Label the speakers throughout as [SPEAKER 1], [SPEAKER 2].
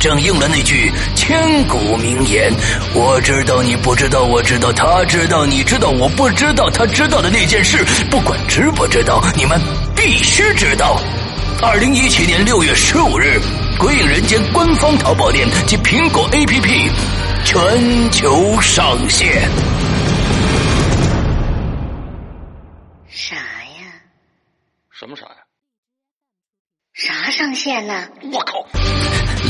[SPEAKER 1] 正应了那句千古名言：“我知道你不知道，我知道他知道你知道我不知道他知道的那件事，不管知不知道，你们必须知道。”二零一七年六月十五日，《鬼影人间》官方淘宝店及苹果 APP 全球上线。
[SPEAKER 2] 啥呀？
[SPEAKER 3] 什么啥呀？
[SPEAKER 2] 啥上线了？
[SPEAKER 3] 我靠！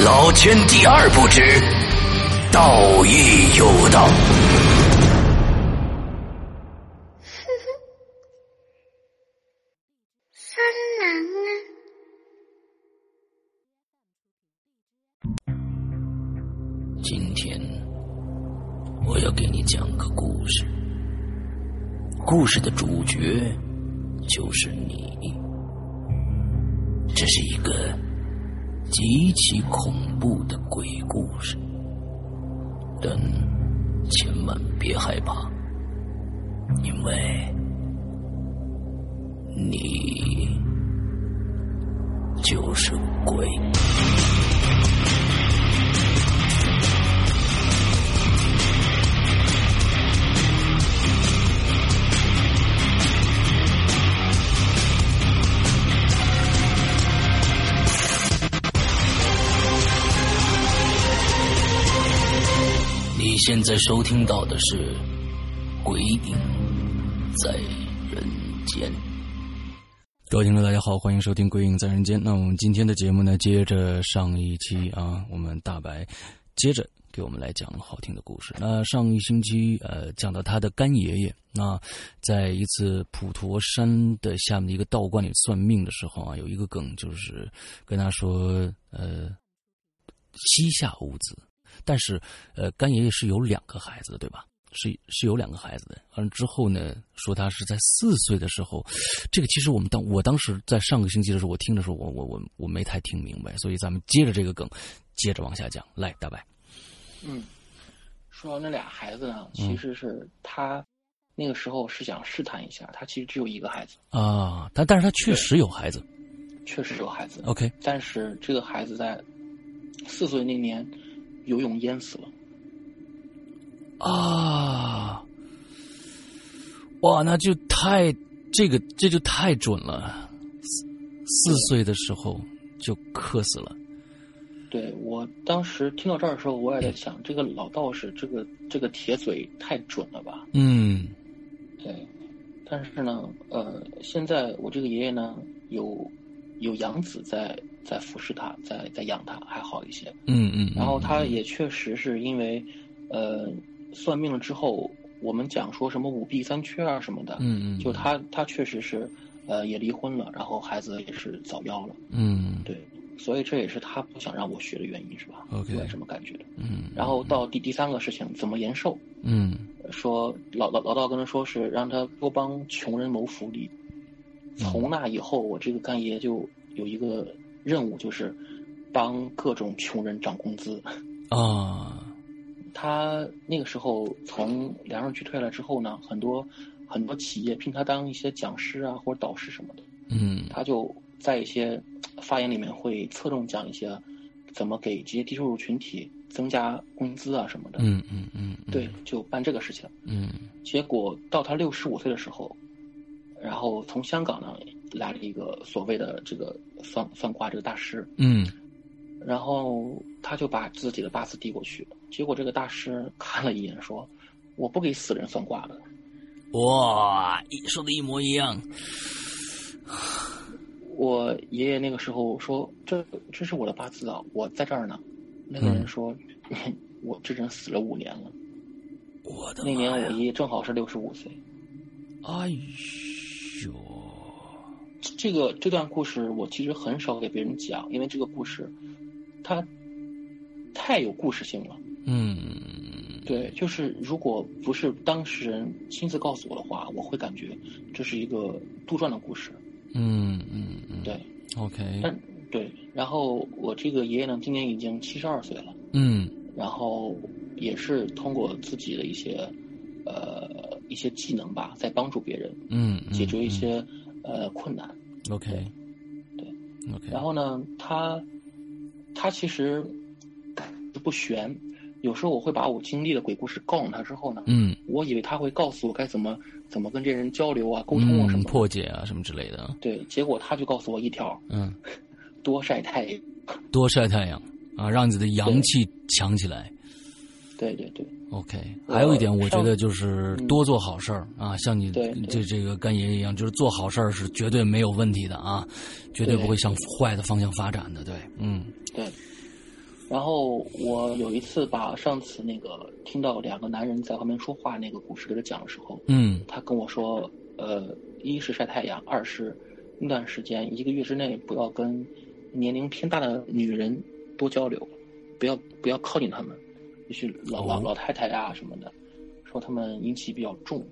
[SPEAKER 1] 老千第二不知，道义有道。
[SPEAKER 2] 三郎啊，
[SPEAKER 1] 今天我要给你讲个故事，故事的主角就是你。这是一个极其恐怖的鬼故事，但千万别害怕，因为你就是鬼。你现在收听到的是《鬼影在人间》。
[SPEAKER 4] 各位听众，大家好，欢迎收听《鬼影在人间》。那我们今天的节目呢，接着上一期啊，我们大白接着给我们来讲好听的故事。那上一星期呃，讲到他的干爷爷，那在一次普陀山的下面的一个道观里算命的时候啊，有一个梗就是跟他说呃，膝下无子，但是呃，干爷爷是有两个孩子的，对吧？是是有两个孩子的，完了之后呢，说他是在四岁的时候，这个其实我们当我当时在上个星期的时候，我听的时候，我我我我没太听明白，所以咱们接着这个梗，接着往下讲。来，大白，
[SPEAKER 5] 嗯，说到那俩孩子呢，其实是他那个时候是想试探一下，他其实只有一个孩子，
[SPEAKER 4] 啊，但但是他确实有孩子
[SPEAKER 5] 确实有孩子，
[SPEAKER 1] 嗯
[SPEAKER 4] ，OK，
[SPEAKER 5] 但是这个孩子在四岁那年游泳淹死了。
[SPEAKER 4] 啊，哇，那就太这个这就太准了，四四岁的时候就克死了，
[SPEAKER 5] 对我当时听到这儿的时候，我也在想，这个老道士，这个这个铁嘴太准了吧？
[SPEAKER 4] 嗯
[SPEAKER 5] 对，但是呢，呃，现在我这个爷爷呢，有有养子在在服侍他，在在养他，还好一些。
[SPEAKER 4] 嗯嗯，
[SPEAKER 5] 然后他也确实是因为，呃，算命了之后，我们讲说什么五弊三缺啊什么的，
[SPEAKER 4] 嗯嗯，
[SPEAKER 5] 就他他确实是，呃，也离婚了，然后孩子也是早夭了，
[SPEAKER 4] 嗯
[SPEAKER 5] 对，所以这也是他不想让我学的原因，是吧
[SPEAKER 4] OK
[SPEAKER 5] 我也这么感觉的。
[SPEAKER 4] 嗯，
[SPEAKER 5] 然后到第第三个事情，怎么延寿？
[SPEAKER 4] 嗯。
[SPEAKER 5] 说老老老道跟他说是让他多帮穷人谋福利。
[SPEAKER 4] 嗯
[SPEAKER 5] 从那以后，我这个干爷就有一个任务，就是帮各种穷人涨工资。
[SPEAKER 4] 啊，
[SPEAKER 5] 他那个时候从粮食局退了之后呢，很多很多企业聘他当一些讲师啊或者导师什么的，
[SPEAKER 4] 嗯
[SPEAKER 5] 他就在一些呃发言里面会侧重讲一些怎么给这些低收入群体增加工资啊什么的。
[SPEAKER 4] 嗯嗯嗯，嗯
[SPEAKER 5] 对，，就办这个事情。
[SPEAKER 4] 嗯
[SPEAKER 5] 结果到他六十五岁的时候，然后从香港呢来了一个所谓的这个算算卦这个大师，
[SPEAKER 4] 嗯
[SPEAKER 5] 然后他就把自己的八字递过去，结果这个大师看了一眼，说：“我不给死人算卦的。
[SPEAKER 6] 哇，一说的一模一样，”
[SPEAKER 5] 我爷爷那个时候说：“这这是我的八字啊，我在这儿呢。”那个人说：“ 我这人死了五年了，
[SPEAKER 6] 我的
[SPEAKER 5] 那
[SPEAKER 6] 妈
[SPEAKER 5] 年
[SPEAKER 6] 呀！
[SPEAKER 5] 我爷爷正好是六十五岁。”
[SPEAKER 1] 哎呦，
[SPEAKER 5] 这个这段故事我其实很少给别人讲，因为这个故事它太有故事性了。
[SPEAKER 1] 嗯，
[SPEAKER 5] 对，就是如果不是当事人亲自告诉我的话，我会感觉这是一个杜撰的故事。
[SPEAKER 1] 嗯嗯嗯，
[SPEAKER 5] 对
[SPEAKER 1] ，OK，
[SPEAKER 5] 但对，然后我这个爷爷呢，今年已经七十二岁了，
[SPEAKER 1] 嗯
[SPEAKER 5] 然后也是通过自己的一些呃一些技能吧，在帮助别人
[SPEAKER 1] 嗯，嗯
[SPEAKER 5] 解决一些、呃困难。
[SPEAKER 1] 嗯，OK，嗯
[SPEAKER 5] 对
[SPEAKER 1] ，OK，
[SPEAKER 5] 然后呢，他他其实不悬，有时候我会把我经历的鬼故事告诉他之后呢，
[SPEAKER 1] 嗯
[SPEAKER 5] 我以为他会告诉我该怎么怎么跟这人交流啊、沟通啊什
[SPEAKER 1] 嗯，
[SPEAKER 5] 么的。
[SPEAKER 1] 破解啊什么之类的，
[SPEAKER 5] 对，结果他就告诉我一条：
[SPEAKER 1] 嗯，
[SPEAKER 5] 多晒太阳。
[SPEAKER 1] 多晒太阳啊，让你的阳气强起来。
[SPEAKER 5] 对对对
[SPEAKER 1] OK，
[SPEAKER 5] 我
[SPEAKER 1] 还有一点，我觉
[SPEAKER 5] 上
[SPEAKER 1] 得就是
[SPEAKER 5] 嗯
[SPEAKER 1] 多做好事儿、啊，像你
[SPEAKER 5] 对对
[SPEAKER 1] 这这个干爷爷一样，就是做好事儿是绝对没有问题的啊，绝对
[SPEAKER 5] 对
[SPEAKER 1] 不会向坏的方向发展的。对，嗯
[SPEAKER 5] 对。然后我有一次把上次那个听到两个男人在外面说话那个故事给他讲的时候，
[SPEAKER 1] 嗯
[SPEAKER 5] 他跟我说，呃，一是晒太阳，二是那段时间一个月之内不要跟年龄偏大的女人多交流，不要不要靠近她们，也许老老
[SPEAKER 1] 哦
[SPEAKER 5] 老太太啊什么的，说她们阴气比较重，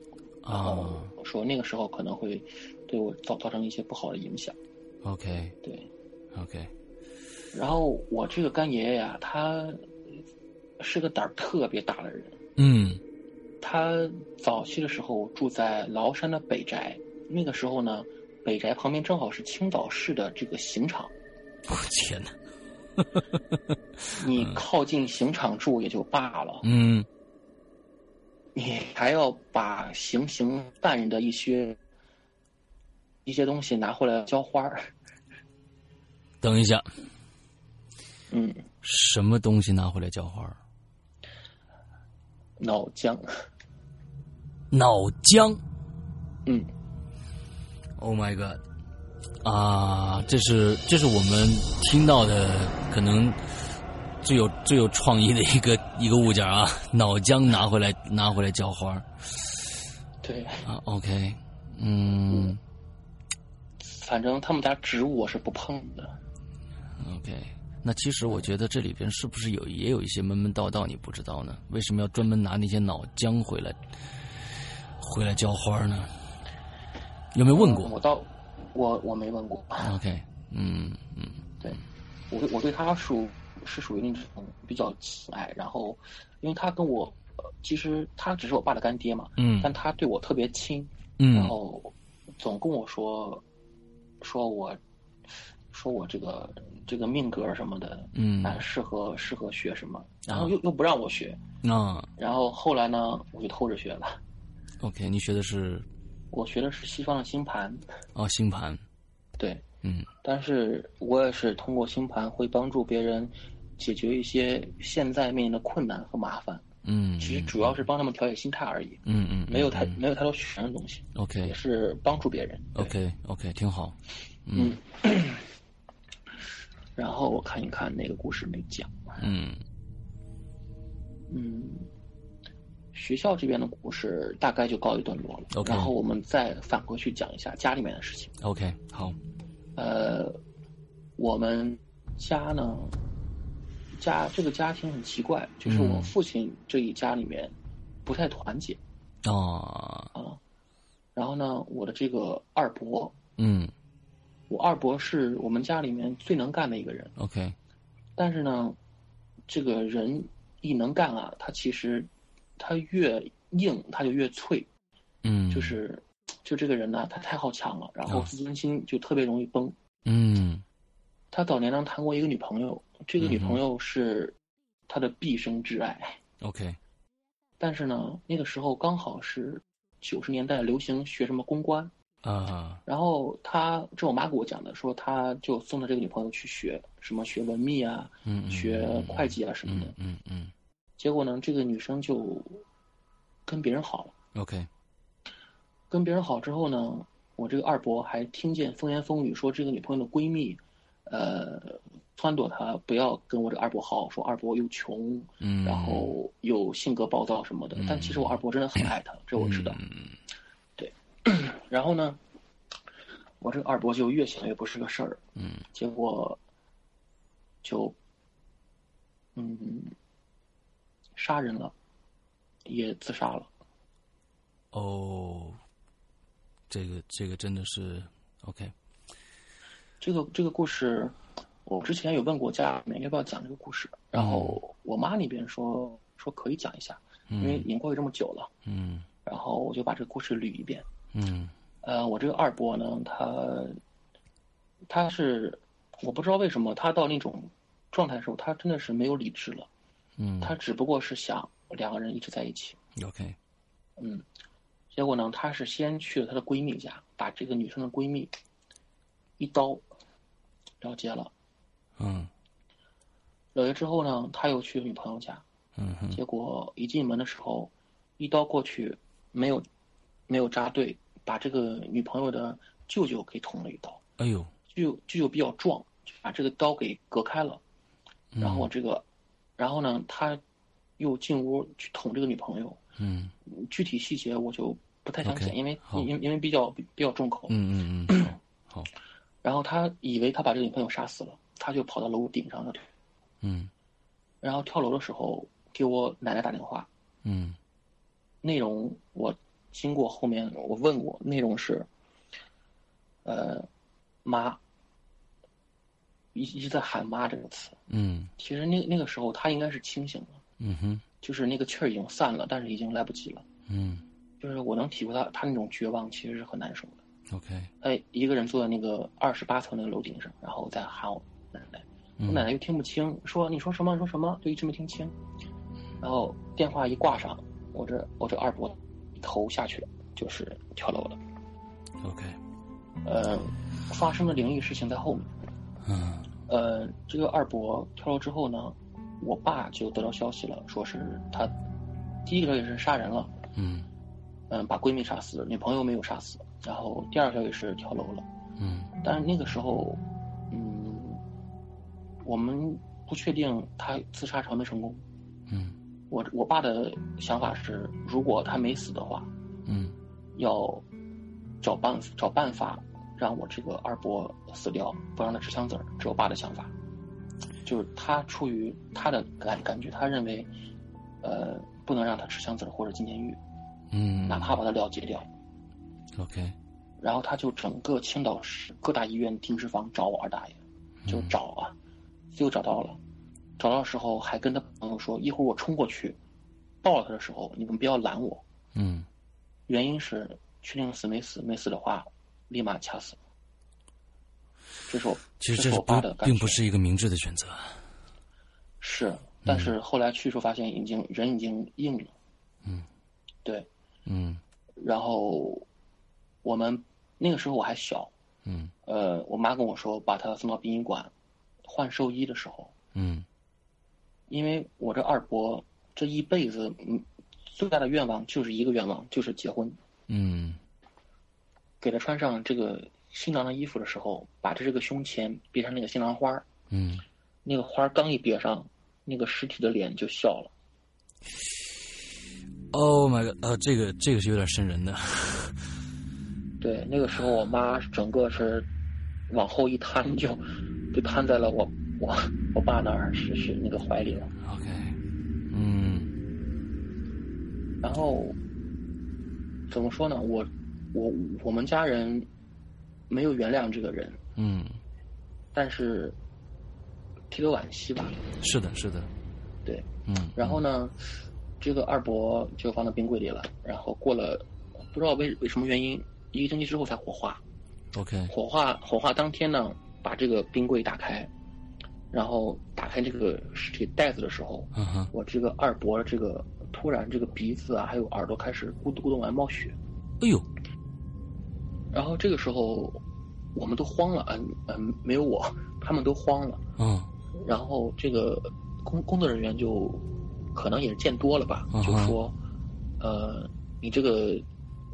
[SPEAKER 5] 然后
[SPEAKER 1] 啊
[SPEAKER 5] 说那个时候可能会对我造造成一些不好的影响，
[SPEAKER 1] ，OK
[SPEAKER 5] 对。
[SPEAKER 1] OK，
[SPEAKER 5] 然后我这个干爷爷呀、他是个胆儿特别大的人，
[SPEAKER 1] 嗯
[SPEAKER 5] 他早期的时候住在崂山的北宅，那个时候呢，北宅旁边正好是青岛市的这个刑场，
[SPEAKER 1] 我天哪，
[SPEAKER 5] 你靠近刑场住也就罢了，
[SPEAKER 1] 嗯
[SPEAKER 5] 你还要把行刑犯人的一些一些东西拿回来浇花儿。
[SPEAKER 1] 等一下，
[SPEAKER 5] 嗯，
[SPEAKER 1] 什么东西拿回来浇花儿？
[SPEAKER 5] 脑浆，
[SPEAKER 1] 脑浆
[SPEAKER 5] 嗯，
[SPEAKER 1] ，Oh my god！啊，这是这是我们听到的可能最有最有创意的一个一个物件啊，脑浆拿回来拿回来浇花儿
[SPEAKER 5] 对，
[SPEAKER 1] 啊，OK，嗯
[SPEAKER 5] 反正他们家植物我是不碰的。嗯
[SPEAKER 1] ，OK。那其实我觉得这里边是不是有也有一些门门道道你不知道呢？为什么要专门拿那些脑浆回来回来浇花儿呢？有没有问过哦
[SPEAKER 5] 我倒，我我没问过。
[SPEAKER 1] ？OK，嗯嗯
[SPEAKER 5] 对，我对我对他属是属于那种比较慈爱，然后因为他跟我，呃其实他只是我爸的干爹嘛，
[SPEAKER 1] 嗯
[SPEAKER 5] 但他对我特别亲，然
[SPEAKER 1] 嗯
[SPEAKER 5] 后总跟我说，说我，说我这个这个命格什么的，
[SPEAKER 1] 嗯
[SPEAKER 5] 哎，适合适合学什么，然后又又不让我学，
[SPEAKER 1] 啊
[SPEAKER 5] 然后后来呢，我就偷着学了，
[SPEAKER 1] ，OK，你学的是
[SPEAKER 5] 我学的是西方的星盘，
[SPEAKER 1] 哦星盘，
[SPEAKER 5] 对，
[SPEAKER 1] 嗯
[SPEAKER 5] 但是我也是通过星盘会帮助别人解决一些现在面临的困难和麻烦，
[SPEAKER 1] 嗯，
[SPEAKER 5] 其实主要是帮他们调节心态而已，
[SPEAKER 1] 嗯嗯嗯
[SPEAKER 5] 没有太
[SPEAKER 1] 嗯
[SPEAKER 5] 没有太多玄的东西，也
[SPEAKER 1] OK
[SPEAKER 5] 是帮助别人。对
[SPEAKER 1] OK OK 挺好，
[SPEAKER 5] 嗯。然后我看一看哪个故事没讲，
[SPEAKER 1] 嗯
[SPEAKER 5] 嗯，学校这边的故事大概就告一段落了。
[SPEAKER 1] OK
[SPEAKER 5] 然后我们再反过去讲一下家里面的事情。
[SPEAKER 1] OK 好，
[SPEAKER 5] 呃，我们家呢，家这个家庭很奇怪，就是我
[SPEAKER 1] 嗯
[SPEAKER 5] 父亲这一家里面不太团结
[SPEAKER 1] 啊
[SPEAKER 5] 啊、然后呢，我的这个二伯，
[SPEAKER 1] 嗯
[SPEAKER 5] 我二伯是我们家里面最能干的一个人，
[SPEAKER 1] OK
[SPEAKER 5] 但是呢，这个人一能干啊，他其实他越硬他就越脆，
[SPEAKER 1] 嗯
[SPEAKER 5] 就是就这个人呢、他太好强了，然后
[SPEAKER 1] 哦
[SPEAKER 5] 自尊心就特别容易崩。
[SPEAKER 1] 嗯
[SPEAKER 5] 他早年呢谈过一个女朋友，这个女朋友是他的毕生挚爱，
[SPEAKER 1] OK
[SPEAKER 5] 但是呢，那个时候刚好是九十年代流行学什么公关，
[SPEAKER 1] 啊
[SPEAKER 5] 然后他这我妈给我讲的，说他就送他这个女朋友去学什么学文秘啊，
[SPEAKER 1] 嗯，嗯
[SPEAKER 5] 学会计啊什么的
[SPEAKER 1] 嗯。嗯嗯
[SPEAKER 5] 结果呢，这个女生就跟别人好了，
[SPEAKER 1] 嗯，OK，
[SPEAKER 5] 跟别人好之后呢，我这个二伯还听见风言风语说这个女朋友的闺蜜，呃，撺掇他不要跟我这二伯好，说二伯又穷，
[SPEAKER 1] 嗯，
[SPEAKER 5] 然后又性格暴躁什么的。但其实我二伯真的很爱她，这我知道。
[SPEAKER 1] 嗯
[SPEAKER 5] 然后呢，我这个二伯就越想越不是个事儿，
[SPEAKER 1] 嗯
[SPEAKER 5] 结果就嗯杀人了，也自杀了。
[SPEAKER 1] 哦，这个这个真的是 OK，嗯
[SPEAKER 5] 这个这个故事，我之前有问过家里面要不要讲这个故事，然后我妈那边说说可以讲一下，因为已
[SPEAKER 1] 哦嗯
[SPEAKER 5] 经过去这么久了，
[SPEAKER 1] 嗯
[SPEAKER 5] 然后我就把这个故事捋一遍。
[SPEAKER 1] 嗯
[SPEAKER 5] 呃，我这个二伯呢，他他是我不知道为什么他到那种状态的时候，他真的是没有理智了，
[SPEAKER 1] 嗯，
[SPEAKER 5] 他只不过是想两个人一直在一起。
[SPEAKER 1] OK，
[SPEAKER 5] 嗯，结果呢，她是先去了她的闺蜜家，把这个女生的闺蜜一刀了结了。
[SPEAKER 1] 嗯
[SPEAKER 5] 了结之后呢，她又去女朋友家，
[SPEAKER 1] 嗯哼
[SPEAKER 5] 结果一进门的时候，一刀过去没有没有扎对，把这个女朋友的舅舅给捅了一刀。
[SPEAKER 1] 哎呦，
[SPEAKER 5] 舅舅舅比较壮，就把这个刀给隔开了。
[SPEAKER 1] 嗯
[SPEAKER 5] 然后这个，然后呢，他又进屋去捅这个女朋友。
[SPEAKER 1] 嗯
[SPEAKER 5] 具体细节我就不太想
[SPEAKER 1] OK，
[SPEAKER 5] 讲，因为
[SPEAKER 1] 好
[SPEAKER 5] 因为因为比较比较重口。
[SPEAKER 1] 嗯嗯 嗯，好好，
[SPEAKER 5] 然后他以为他把这个女朋友杀死了，他就跑到楼顶上了。
[SPEAKER 1] 嗯
[SPEAKER 5] 然后跳楼的时候给我奶奶打电话，
[SPEAKER 1] 嗯
[SPEAKER 5] 内容我经过后面我问过，内容是，呃，妈，一一直在喊妈这个词。
[SPEAKER 1] 嗯
[SPEAKER 5] 其实那那个时候他应该是清醒的，
[SPEAKER 1] 嗯哼
[SPEAKER 5] 就是那个气儿已经散了，但是已经来不及了。
[SPEAKER 1] 嗯
[SPEAKER 5] 就是我能体会到他那种绝望，其实是很难受的。
[SPEAKER 1] OK，
[SPEAKER 5] 他一个人坐在那个二十八层那个楼顶上，然后再喊我奶奶。
[SPEAKER 1] 嗯
[SPEAKER 5] 我奶奶又听不清，说你说什么你说什么，就一直没听清。然后电话一挂上，我这我这二伯头下去了，就是跳楼了。
[SPEAKER 1] OK，
[SPEAKER 5] 呃，发生了灵异事情在后面。
[SPEAKER 1] 嗯
[SPEAKER 5] 呃，这个二伯跳楼之后呢，我爸就得到消息了，说是他第一个消息是杀人了，
[SPEAKER 1] 嗯
[SPEAKER 5] 嗯，把闺蜜杀死，女朋友没有杀死。然后第二个消息是跳楼了，
[SPEAKER 1] 嗯
[SPEAKER 5] 但是那个时候，嗯，我们不确定他自杀成没成功。
[SPEAKER 1] 嗯
[SPEAKER 5] 我我爸的想法是，如果他没死的话，
[SPEAKER 1] 嗯
[SPEAKER 5] 要找办找办法让我这个二伯死掉，不让他吃枪子儿。这是我爸的想法，就是他出于他的感感觉，他认为，呃，不能让他吃枪子儿或者进监狱，
[SPEAKER 1] 嗯，
[SPEAKER 5] 哪怕把他了结掉。
[SPEAKER 1] OK，
[SPEAKER 5] 然后他就整个青岛市各大医院停尸房找我二大爷，就
[SPEAKER 1] 嗯
[SPEAKER 5] 找啊，就找到了，找到的时候还跟他朋友说，一会儿我冲过去，抱他的时候你们不要拦我，
[SPEAKER 1] 嗯
[SPEAKER 5] 原因是确定死没死，没死的话，立马掐死。这是我，
[SPEAKER 1] 其实这
[SPEAKER 5] 这是
[SPEAKER 1] 是
[SPEAKER 5] 我爸的
[SPEAKER 1] 不
[SPEAKER 5] 感觉，
[SPEAKER 1] 并不是一个明智的选择。
[SPEAKER 5] 是，但是后来去时候发现已经人已经硬了，
[SPEAKER 1] 嗯，
[SPEAKER 5] 对，
[SPEAKER 1] 嗯
[SPEAKER 5] 然后我们那个时候我还小，
[SPEAKER 1] 嗯
[SPEAKER 5] 呃，我妈跟我说把他送到殡仪馆换寿衣的时候，
[SPEAKER 1] 嗯
[SPEAKER 5] 因为我这二伯这一辈子，嗯，最大的愿望就是一个愿望，就是结婚。
[SPEAKER 1] 嗯
[SPEAKER 5] 给他穿上这个新郎的衣服的时候，把他这个胸前别上那个新郎花儿，
[SPEAKER 1] 嗯，
[SPEAKER 5] 那个花儿刚一别上，那个尸体的脸就笑了。
[SPEAKER 1] Oh my god！呃，这个这个是有点瘆人的。
[SPEAKER 5] 对，那个时候我妈整个是往后一瘫就，就瘫在了我我我爸那儿，是是那个怀里了。
[SPEAKER 1] OK，嗯
[SPEAKER 5] 然后怎么说呢？我我我们家人没有原谅这个人，
[SPEAKER 1] 嗯，
[SPEAKER 5] 但是替他惋惜吧。
[SPEAKER 1] 是的，是的，
[SPEAKER 5] 对，
[SPEAKER 1] 嗯，
[SPEAKER 5] 然后呢，这个二伯就放到冰柜里了。然后过了不知道为为什么原因，一个星期之后才火化。
[SPEAKER 1] OK，
[SPEAKER 5] 火化火化当天呢，把这个冰柜打开，然后打开这个尸体袋子的时候，
[SPEAKER 1] 嗯哼，
[SPEAKER 5] 我这个二伯这个
[SPEAKER 1] 哎
[SPEAKER 5] 突然这个鼻子啊，还有耳朵开始咕嘟咕嘟往外冒血。
[SPEAKER 1] 哎呦，
[SPEAKER 5] 然后这个时候我们都慌了，嗯嗯，没有我， 他们都慌了。
[SPEAKER 1] 嗯
[SPEAKER 5] 然后这个工工作人员就可能也是见多了吧，
[SPEAKER 1] 嗯哼
[SPEAKER 5] 就说，呃，你这个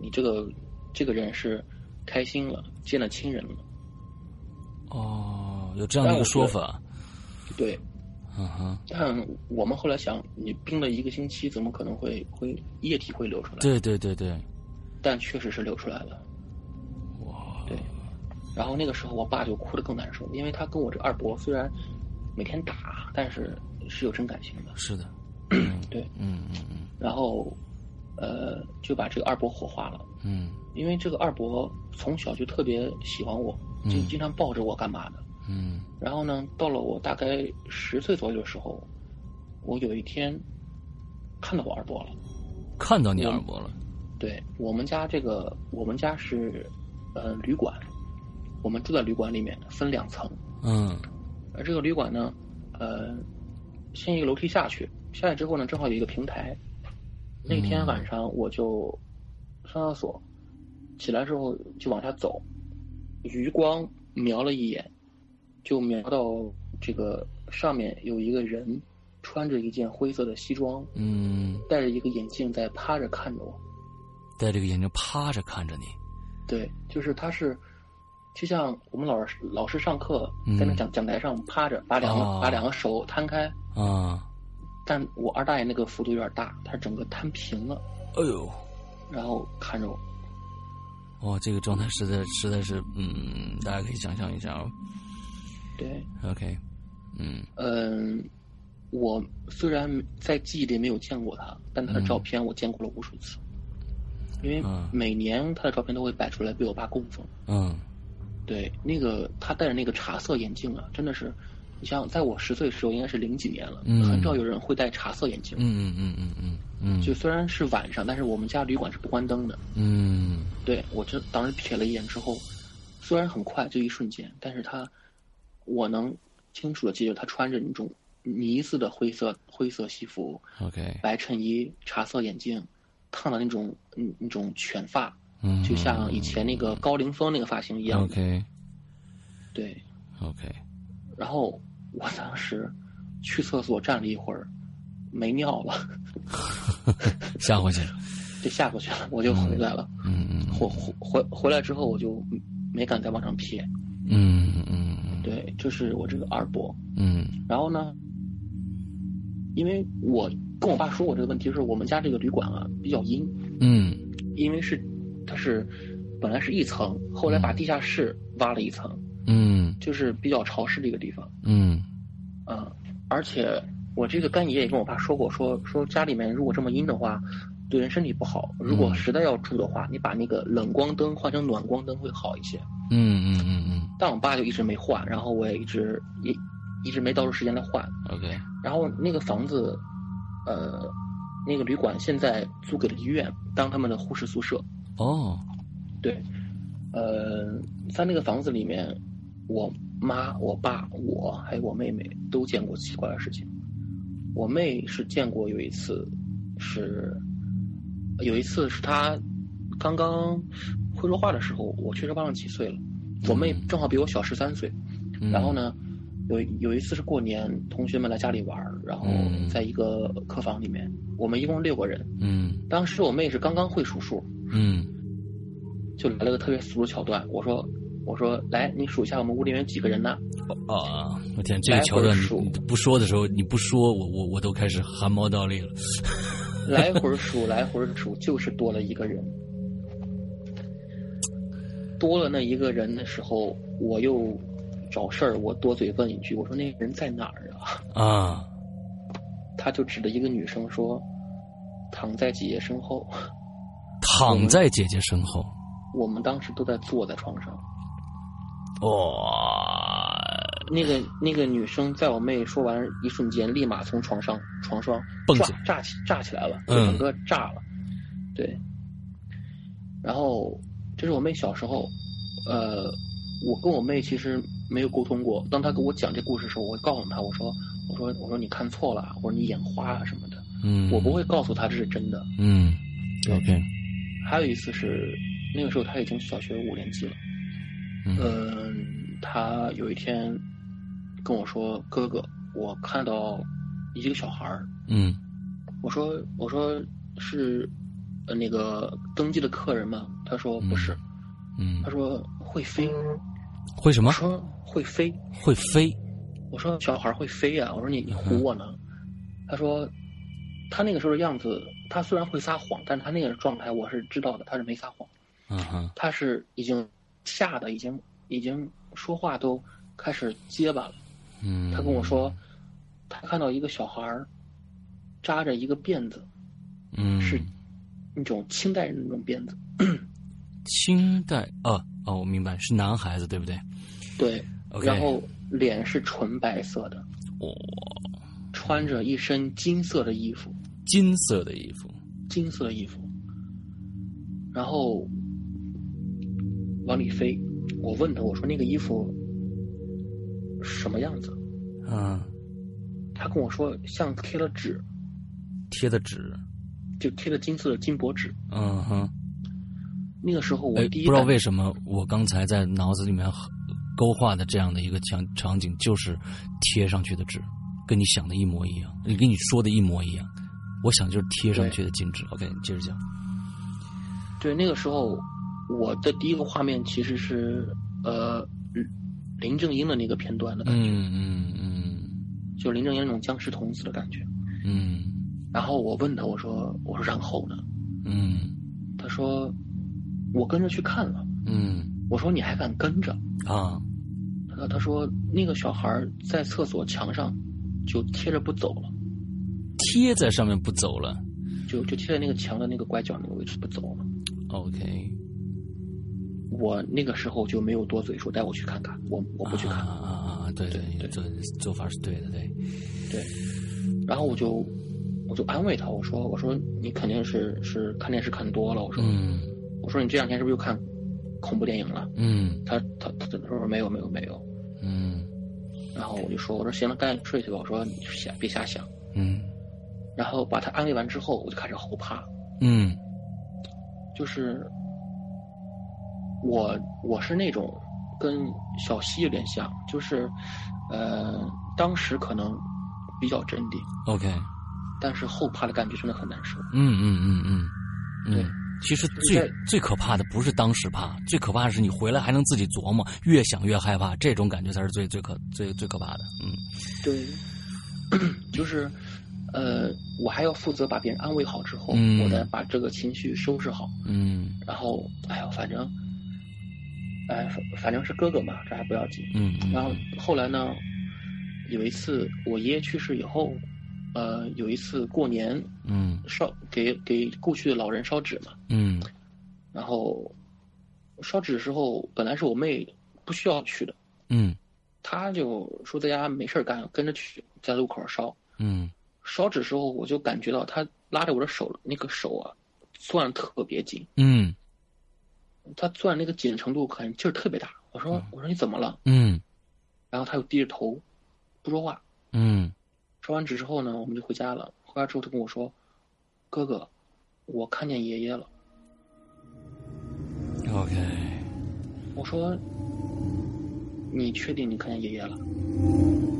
[SPEAKER 5] 你这个这个人是开心了，见了亲人了，
[SPEAKER 1] 哦，有这样的一个说法，
[SPEAKER 5] 对。
[SPEAKER 1] 嗯哼，
[SPEAKER 5] 但我们后来想，你冰了一个星期，怎么可能会会液体会流出来？
[SPEAKER 1] 对对对对，
[SPEAKER 5] 但确实是流出来了。
[SPEAKER 1] 哇，
[SPEAKER 5] 对，然后那个时候我爸就哭得更难受，因为他跟我这二伯虽然每天打，但是是有真感情的。
[SPEAKER 1] 是的，
[SPEAKER 5] 对，
[SPEAKER 1] 嗯嗯嗯
[SPEAKER 5] 然后呃就把这个二伯火化了，
[SPEAKER 1] 嗯
[SPEAKER 5] 因为这个二伯从小就特别喜欢我，
[SPEAKER 1] 嗯
[SPEAKER 5] 就经常抱着我干嘛的。
[SPEAKER 1] 嗯
[SPEAKER 5] 然后呢，到了我大概十岁左右的时候，我有一天看到我二伯了。
[SPEAKER 1] 嗯，看到你二伯了，
[SPEAKER 5] 对我们家这个，我们家是呃旅馆，我们住在旅馆里面，分两层。
[SPEAKER 1] 嗯
[SPEAKER 5] 而这个旅馆呢，呃，先一个楼梯下去，下去之后呢，正好有一个平台。那天
[SPEAKER 1] 嗯
[SPEAKER 5] 晚上我就上厕所，起来之后就往下走，余光瞄了一眼，就瞄到这个上面有一个人穿着一件灰色的西装，
[SPEAKER 1] 嗯，
[SPEAKER 5] 戴着一个眼镜在趴着看着我。
[SPEAKER 1] 戴着个眼睛趴着看着你，
[SPEAKER 5] 对，就是他是，就像我们老师老师上课
[SPEAKER 1] 嗯
[SPEAKER 5] 在那讲、讲台上趴着，把两个、
[SPEAKER 1] 哦
[SPEAKER 5] 把两个手摊开，
[SPEAKER 1] 啊，
[SPEAKER 5] 但我二大爷那个幅度有点大，他整个摊平了，
[SPEAKER 1] 哎呦，
[SPEAKER 5] 然后看着我。
[SPEAKER 1] 哇，这个状态实在实在是，嗯，大家可以想象一下哦
[SPEAKER 5] 对，
[SPEAKER 1] ，OK，嗯
[SPEAKER 5] 嗯，我虽然在记忆里没有见过他，但他的照片我见过了无数次，因为
[SPEAKER 1] 嗯
[SPEAKER 5] 每年他的照片都会摆出来被我爸供奉。
[SPEAKER 1] 嗯
[SPEAKER 5] 对，那个呃他戴着那个茶色眼镜啊，真的是，你像在我十岁的时候，应该是零几年了，
[SPEAKER 1] 嗯
[SPEAKER 5] 很少有人会戴茶色眼镜。
[SPEAKER 1] 嗯嗯嗯嗯嗯嗯，
[SPEAKER 5] 就虽然是晚上，但是我们家旅馆是不关灯的。
[SPEAKER 1] 嗯
[SPEAKER 5] 对我就当时瞥了一眼之后，虽然很快就一瞬间，但是他我能清楚的记得他穿着那种呢子的灰色灰色西服、
[SPEAKER 1] ，OK，
[SPEAKER 5] 白衬衣、茶色眼镜，烫的那种嗯那种卷发，
[SPEAKER 1] 嗯，
[SPEAKER 5] 就像以前那个高凌风那个发型一样的。
[SPEAKER 1] OK
[SPEAKER 5] 对，
[SPEAKER 1] OK，
[SPEAKER 5] 然后我当时去厕所站了一会儿，没尿了，
[SPEAKER 1] 吓回去了，
[SPEAKER 5] 就下过去了，我就回来了。
[SPEAKER 1] 嗯嗯
[SPEAKER 5] 回回回回来之后，我就没敢再往上瞥。
[SPEAKER 1] 嗯嗯
[SPEAKER 5] 对，这、是我这个二伯。
[SPEAKER 1] 嗯
[SPEAKER 5] 然后呢，因为我跟我爸说过这个问题，就是我们家这个旅馆啊比较阴，
[SPEAKER 1] 嗯
[SPEAKER 5] 因为是它是本来是一层，后来把地下室挖了一层，
[SPEAKER 1] 嗯
[SPEAKER 5] 就是比较潮湿的一个地方。
[SPEAKER 1] 嗯
[SPEAKER 5] 嗯，而且我这个干爷也跟我爸说过，说说家里面如果这么阴的话，对人身体不好。如果实在要住的话，你把那个冷光灯换成暖光灯会好一些。
[SPEAKER 1] 嗯嗯嗯
[SPEAKER 5] 但我爸就一直没换，然后我也一直一一直没到出时间来换。
[SPEAKER 1] ，OK，
[SPEAKER 5] 然后那个房子，呃，那个旅馆现在租给了医院，当他们的护士宿舍。
[SPEAKER 1] 哦，
[SPEAKER 5] 对，呃，在那个房子里面，我妈、我爸、我还有我妹妹都见过奇怪的事情。我妹是见过有一次是，有一次是她刚刚会说话的时候，我确实忘了几岁了。我妹正好比我小十三岁，
[SPEAKER 1] 嗯
[SPEAKER 5] 然后？呢，有有一次是过年，同学们来家里玩儿，然后
[SPEAKER 1] 嗯
[SPEAKER 5] 在一个客房里面，我们一共六个人。
[SPEAKER 1] 嗯
[SPEAKER 5] 当时我妹是刚刚会数数，
[SPEAKER 1] 嗯
[SPEAKER 5] 就来了个特别俗的桥段。我说：“我说来，你数一下我们屋里面几个人呢呃
[SPEAKER 1] 啊，我天，这个桥段你不说的时候，你不说，我我我都开始汗毛倒立了。？”
[SPEAKER 5] 来回儿数，来回儿数，就是多了一个人。多了那一个人的时候，我又找事儿，我多嘴问一句，我说：“那个人在哪儿啊？”
[SPEAKER 1] 啊，
[SPEAKER 5] 他就指着一个女生说：“躺在姐姐身后。”
[SPEAKER 1] 躺在姐姐身后，
[SPEAKER 5] 我们当时都在坐在床上。
[SPEAKER 1] 哇，
[SPEAKER 5] 那个那个女生在我妹说完一瞬间，立马从床上床上
[SPEAKER 1] 蹦
[SPEAKER 5] 炸
[SPEAKER 1] 起来
[SPEAKER 5] 炸起炸起来了，
[SPEAKER 1] 嗯
[SPEAKER 5] 整个炸了。对，然后这是我妹小时候，呃，我跟我妹其实没有沟通过。当她跟我讲这故事的时候，我告诉她，我说我说我说你看错了，或者你眼花啊什么的，
[SPEAKER 1] 嗯，
[SPEAKER 5] 我不会告诉她这是真的。
[SPEAKER 1] 嗯，OK，
[SPEAKER 5] 还有一次是那个时候他已经小学五年级了。
[SPEAKER 1] 嗯
[SPEAKER 5] 嗯，他有一天跟我说：“哥哥，我看到一个小孩儿。
[SPEAKER 1] 嗯”
[SPEAKER 5] 我说：“我说是呃那个登记的客人吗？”他说：“不是。
[SPEAKER 1] 嗯
[SPEAKER 5] 他，说：“会飞。
[SPEAKER 1] 会什
[SPEAKER 5] 我
[SPEAKER 1] 么？
[SPEAKER 5] 说：“会飞。
[SPEAKER 1] 会飞？”
[SPEAKER 5] 我说：“小孩儿会飞啊呀、我说你：“你唬我呢？”他说：“他那个时候的样子，他虽然会撒谎，但他那个状态我是知道的，他是没撒谎。”
[SPEAKER 1] 嗯哼，
[SPEAKER 5] 他是已经吓得已经已经说话都开始结巴了。
[SPEAKER 1] 嗯，
[SPEAKER 5] 他跟我说，他看到一个小孩儿扎着一个辫子，
[SPEAKER 1] 嗯，
[SPEAKER 5] 是那种清代人那种辫子。
[SPEAKER 1] 清代啊哦，我明白，是男孩子对不对？
[SPEAKER 5] 对
[SPEAKER 1] OK
[SPEAKER 5] 然后脸是纯白色的，
[SPEAKER 1] 哦，
[SPEAKER 5] 穿着一身金色的衣服，
[SPEAKER 1] 金色的衣服，
[SPEAKER 5] 金色的衣服，然后往里飞。我问他，我说那个衣服什么样子？
[SPEAKER 1] 嗯，
[SPEAKER 5] 他跟我说像贴了纸。
[SPEAKER 1] 贴的纸，
[SPEAKER 5] 就贴了金色的金箔纸。
[SPEAKER 1] 嗯哼，
[SPEAKER 5] 那个时候我
[SPEAKER 1] 哎，
[SPEAKER 5] 第一
[SPEAKER 1] 不知道
[SPEAKER 5] 感
[SPEAKER 1] 为什么我刚才在脑子里面勾画的这样的一个场场景，就是贴上去的纸，跟你想的一模一样，跟你说的一模一样。我想就是贴上去的金纸。OK，你接着讲。
[SPEAKER 5] 对那个时候我的第一个画面其实是呃林林正英的那个片段的感觉，
[SPEAKER 1] 嗯嗯嗯
[SPEAKER 5] 就林正英那种僵尸童子的感觉。
[SPEAKER 1] 嗯
[SPEAKER 5] 然后我问他，我说我说然后呢？
[SPEAKER 1] 嗯
[SPEAKER 5] 他说我跟着去看了。
[SPEAKER 1] 嗯
[SPEAKER 5] 我说你还敢跟着？
[SPEAKER 1] 啊
[SPEAKER 5] 他他说那个小孩在厕所墙上就贴着不走了，
[SPEAKER 1] 贴在上面不走了。
[SPEAKER 5] 就就贴在那个墙的那个拐角那个位置不走了。
[SPEAKER 1] OK，
[SPEAKER 5] 我那个时候就没有多嘴，说带我去看看，我我不去看。
[SPEAKER 1] 啊啊啊！对对，你的做做法是对的，对。
[SPEAKER 5] 对，然后我就我就安慰他，我说我说你肯定是是看电视看多了，我说、
[SPEAKER 1] 嗯
[SPEAKER 5] 我说你这两天是不是又看恐怖电影了？
[SPEAKER 1] 嗯
[SPEAKER 5] 他他他他说没有没有没有，
[SPEAKER 1] 嗯
[SPEAKER 5] 然后我就说我说行了，赶紧睡去吧，我说你瞎别瞎想。
[SPEAKER 1] 嗯
[SPEAKER 5] 然后把他安慰完之后，我就开始后怕，
[SPEAKER 1] 嗯
[SPEAKER 5] 就是我我是那种跟小西有点像，就是呃当时可能比较镇定，
[SPEAKER 1] ，OK，
[SPEAKER 5] 但是后怕的感觉真的很难受。
[SPEAKER 1] 嗯嗯嗯嗯
[SPEAKER 5] 对
[SPEAKER 1] 嗯。其实
[SPEAKER 5] 就是
[SPEAKER 1] 最
[SPEAKER 5] 在
[SPEAKER 1] 最可怕的不是当时怕，最可怕的是你回来还能自己琢磨，越想越害怕，这种感觉才是最最可最最可怕的。嗯
[SPEAKER 5] 对， 就是，呃，我还要负责把别人安慰好之后，
[SPEAKER 1] 嗯
[SPEAKER 5] 我再把这个情绪收拾好，
[SPEAKER 1] 嗯
[SPEAKER 5] 然后，哎呦，反正，哎，反反正是哥哥嘛，这还不要紧。
[SPEAKER 1] 嗯嗯。
[SPEAKER 5] 然后后来呢，有一次我爷爷去世以后，呃，有一次过年
[SPEAKER 1] 嗯
[SPEAKER 5] 烧给给故去的老人烧纸嘛，
[SPEAKER 1] 嗯
[SPEAKER 5] 然后烧纸的时候，本来是我妹不需要去的，
[SPEAKER 1] 嗯
[SPEAKER 5] 她就说在家没事儿干，跟着去，在路口烧。
[SPEAKER 1] 嗯
[SPEAKER 5] 烧纸时候，我就感觉到他拉着我的手，那个手啊，攥得特别紧，
[SPEAKER 1] 嗯
[SPEAKER 5] 他攥那个紧的程度很劲儿特别大。我说、我说你怎么了？
[SPEAKER 1] 嗯
[SPEAKER 5] 然后他又低着头，不说话。
[SPEAKER 1] 嗯
[SPEAKER 5] 烧完纸之后呢，我们就回家了。回家之后，他跟我说：“哥哥，我看见爷爷了。
[SPEAKER 1] ，OK，”
[SPEAKER 5] 我说：“你确定你看见爷爷了？”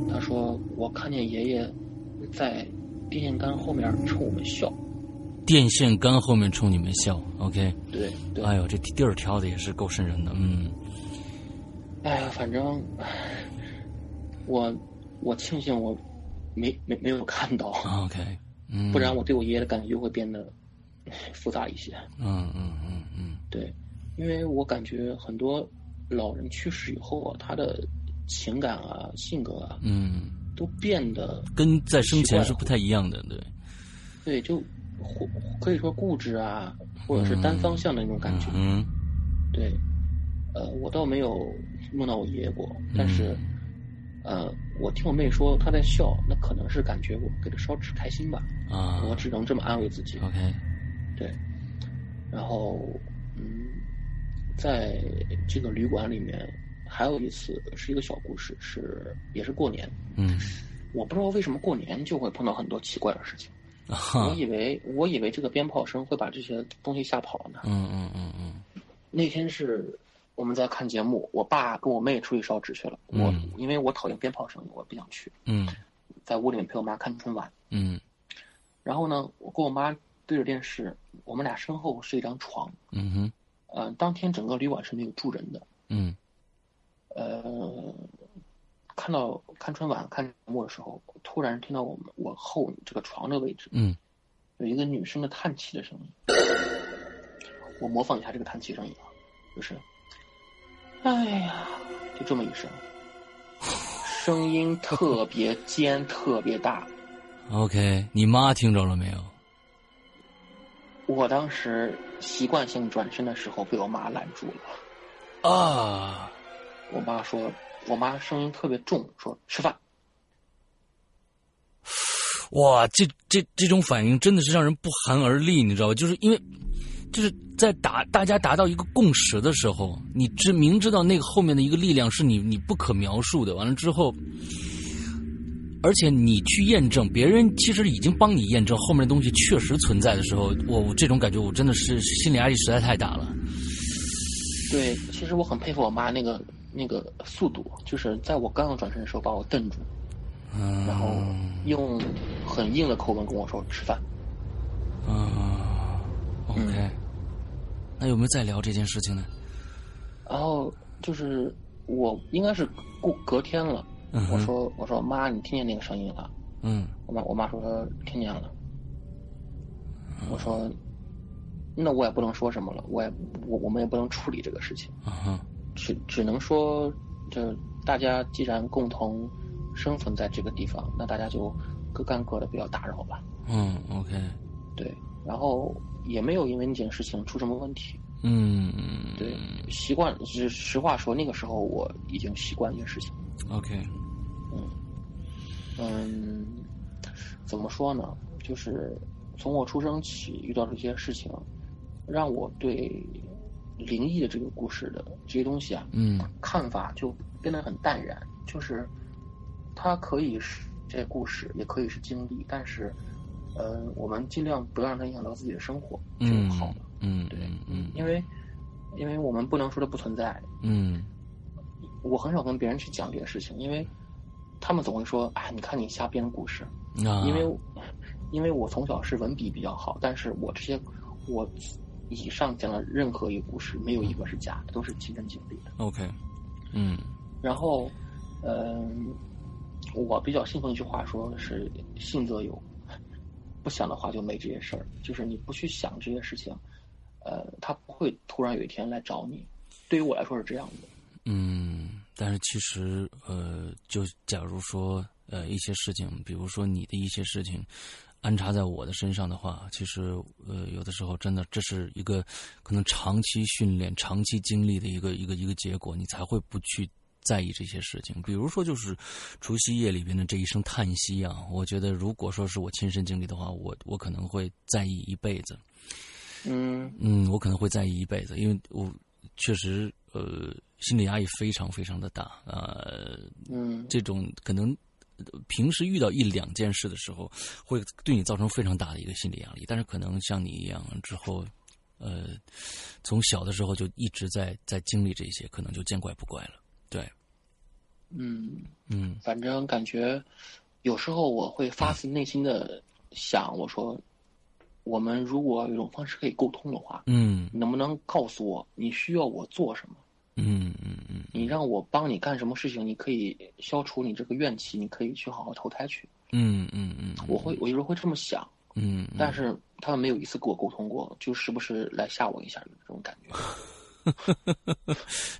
[SPEAKER 5] 他说：“我看见爷爷在电线杆后面冲我们笑。
[SPEAKER 1] 电线杆后面冲你们笑，OK，
[SPEAKER 5] 对”对
[SPEAKER 1] 哎呦，这地儿挑的也是够瘆人的，嗯
[SPEAKER 5] 哎呀，反正唉我我庆幸我没没没有看到，
[SPEAKER 1] ，OK，嗯，
[SPEAKER 5] 不然我对我爷爷的感觉就会变得唉复杂一些。
[SPEAKER 1] 嗯嗯嗯嗯
[SPEAKER 5] 对，因为我感觉很多老人去世以后啊，他的情感啊、性格啊
[SPEAKER 1] 嗯，
[SPEAKER 5] 都变得
[SPEAKER 1] 跟在生前是不太一样的，对，
[SPEAKER 5] 对，就或可以说固执啊，或者是单方向的那种感觉。
[SPEAKER 1] 嗯
[SPEAKER 5] 对，呃，我倒没有梦到我爷爷过，但
[SPEAKER 1] 嗯
[SPEAKER 5] 是，呃，我听我妹说她在笑，那可能是感觉我给她烧纸开心吧，
[SPEAKER 1] 啊
[SPEAKER 5] 我只能这么安慰自己。
[SPEAKER 1] ，OK，
[SPEAKER 5] 对，然后，嗯，在这个旅馆里面还有一次是一个小故事，是也是过年，
[SPEAKER 1] 嗯，
[SPEAKER 5] 我不知道为什么过年就会碰到很多奇怪的事情，
[SPEAKER 1] 啊
[SPEAKER 5] 我
[SPEAKER 1] 哈，
[SPEAKER 5] 以为我以为这个鞭炮声会把这些东西吓跑呢，
[SPEAKER 1] 嗯嗯嗯嗯
[SPEAKER 5] 那天是我们在看节目，我爸跟我妹出去烧纸去了。我、
[SPEAKER 1] 嗯
[SPEAKER 5] 因为我讨厌鞭炮声音，我不想去，
[SPEAKER 1] 嗯
[SPEAKER 5] 在屋里面陪我妈看春晚。
[SPEAKER 1] 嗯
[SPEAKER 5] 然后呢，我跟我妈对着电视，我们俩身后是一张床。
[SPEAKER 1] 嗯哼
[SPEAKER 5] 呃，当天整个旅馆是没有住人的。
[SPEAKER 1] 嗯
[SPEAKER 5] 呃，看到看春晚看节目的时候，突然听到我们我后这个床的位置
[SPEAKER 1] 嗯
[SPEAKER 5] 有一个女生的叹气的声音。我模仿一下这个叹气声音啊，就是，哎呀，就这么一声，声音特别尖，特别大。
[SPEAKER 1] ，OK，你妈听着了没有？
[SPEAKER 5] 我当时习惯性转身的时候被我妈拦住了。
[SPEAKER 1] 啊，
[SPEAKER 5] 我妈说，我妈声音特别重，说吃饭。
[SPEAKER 1] 哇，这这这种反应真的是让人不寒而栗，你知道吧？就是因为，就是在达大家达到一个共识的时候，你知明知道那个后面的一个力量是你你不可描述的，完了之后，而且你去验证，别人其实已经帮你验证后面的东西确实存在的时候，我我这种感觉我真的是心理压力实在太大了。
[SPEAKER 5] 对，其实我很佩服我妈那个那个速度，就是在我刚刚转身的时候把我瞪住，
[SPEAKER 1] 嗯，
[SPEAKER 5] 然后用很硬的口吻跟我说吃饭。
[SPEAKER 1] 啊，OK，、那有没有再聊这件事情呢？
[SPEAKER 5] 然后就是我应该是过隔天了，
[SPEAKER 1] 嗯哼
[SPEAKER 5] 我说我说妈，你听见那个声音了？
[SPEAKER 1] 嗯
[SPEAKER 5] 我妈我妈说听见了。我说，那我也不能说什么了，我也我我们也不能处理这个事情。
[SPEAKER 1] 啊哈
[SPEAKER 5] 只只能说，就是大家既然共同生存在这个地方，那大家就各干各的，不要打扰吧。
[SPEAKER 1] 嗯，OK，
[SPEAKER 5] 对，然后也没有因为那件事情出什么问题。
[SPEAKER 1] 嗯，
[SPEAKER 5] 对，习惯是实话说，那个时候我已经习惯一件事情。
[SPEAKER 1] ，OK，
[SPEAKER 5] 嗯，怎么说呢？就是从我出生起遇到这些事情，让我对灵异的这个故事的这些东西啊，
[SPEAKER 1] 嗯
[SPEAKER 5] 看法就变得很淡然，就是它可以是这故事，也可以是经历，但是，呃，我们尽量不要让它影响到自己的生活，就
[SPEAKER 1] 嗯，
[SPEAKER 5] 好了。
[SPEAKER 1] 嗯，
[SPEAKER 5] 对
[SPEAKER 1] 嗯
[SPEAKER 5] 因为，因为我们不能说它不存在。
[SPEAKER 1] 嗯
[SPEAKER 5] 我很少跟别人去讲这个事情，因为他们总会说：“哎，你看你瞎编故事。
[SPEAKER 1] 嗯，啊，
[SPEAKER 5] 因为，因为我从小是文笔比较好，但是我这些我以上讲的任何一个故事，没有一个是假的，都是亲身经历的。
[SPEAKER 1] OK，嗯
[SPEAKER 5] 然后，嗯、我比较信奉一句话，说是信则有，不想的话就没这些事儿。就是你不去想这些事情，呃，它不会突然有一天来找你。对于我来说是这样的，
[SPEAKER 1] 嗯，但是其实呃，就假如说呃一些事情，比如说你的一些事情。安插在我的身上的话，其实呃，有的时候真的这是一个可能长期训练、长期经历的一个一个一个结果，你才会不去在意这些事情。比如说，就是除夕夜里边的这一声叹息啊，我觉得如果说是我亲身经历的话，我我可能会在意一辈子。
[SPEAKER 5] 嗯
[SPEAKER 1] 嗯，我可能会在意一辈子，因为我确实呃心理压力非常非常的大。呃，
[SPEAKER 5] 嗯，
[SPEAKER 1] 这种可能呃平时遇到一两件事的时候，会对你造成非常大的一个心理压力。但是可能像你一样之后，呃，从小的时候就一直在在经历这些，可能就见怪不怪了。对，
[SPEAKER 5] 嗯，
[SPEAKER 1] 嗯
[SPEAKER 5] 反正感觉有时候我会发自内心的想，我说，我们如果有一种方式可以沟通的话，
[SPEAKER 1] 嗯
[SPEAKER 5] 能不能告诉我你需要我做什么？
[SPEAKER 1] 嗯嗯嗯
[SPEAKER 5] 你让我帮你干什么事情，你可以消除你这个怨气，你可以去好好投胎去。
[SPEAKER 1] 嗯嗯嗯，
[SPEAKER 5] 我会，我有时候会这么想，
[SPEAKER 1] 嗯，嗯
[SPEAKER 5] 但是他们没有一次跟我沟通过，就时不时来吓我一下，有这种感觉。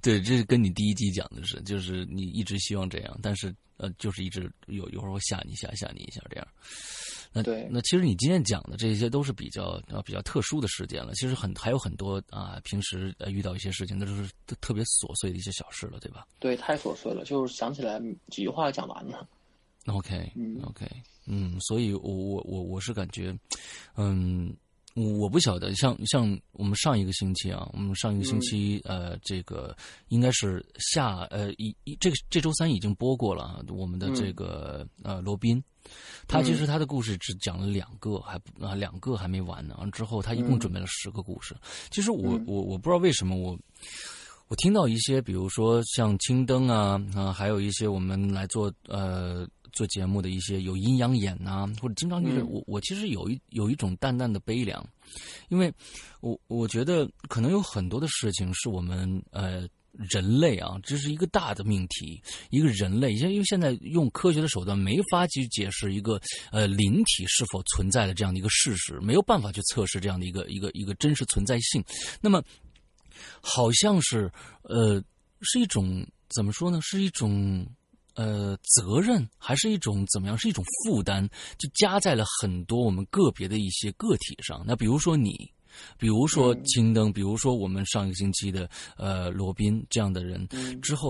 [SPEAKER 1] 对，这是跟你第一集讲的是，就是你一直希望这样，但是呃，就是一直有有时候吓你一下，吓你一下这样。那
[SPEAKER 5] 对
[SPEAKER 1] 那其实你今天讲的这些都是比较呃比较特殊的事件了，其实很还有很多啊，平时呃遇到一些事情，那都是特特别琐碎的一些小事了，对吧
[SPEAKER 5] 对，太琐碎了，就是想起来几句话就讲完了。
[SPEAKER 1] ？OK
[SPEAKER 5] 嗯
[SPEAKER 1] OK，嗯，所以我我我我是感觉，嗯，我不晓得，像像我们上一个星期啊，我们上一个星期、呃，这个应该是下呃一一这个这周三已经播过了啊，我们的这个、呃罗宾，他其实他的故事只讲了两个，还不啊两个还没完呢，之后他一共准备了十个故事。其实我我我不知道为什么我。我听到一些，比如说像青灯啊啊、还有一些我们来做呃做节目的一些有阴阳眼呐、或者经常就是、
[SPEAKER 5] 嗯
[SPEAKER 1] 我我其实有一有一种淡淡的悲凉，因为我我觉得可能有很多的事情是我们呃。人类啊，这是一个大的命题。一个人类，因为因为现在用科学的手段没法去解释一个呃灵体是否存在的这样的一个事实，没有办法去测试这样的一个一个一个真实存在性。那么，好像是呃，是一种怎么说呢？是一种呃责任，还是一种怎么样？是一种负担，就加在了很多我们个别的一些个体上。那比如说你，比如说青灯，比如说我们上一个星期的呃罗宾这样的人，
[SPEAKER 5] 嗯
[SPEAKER 1] 之后，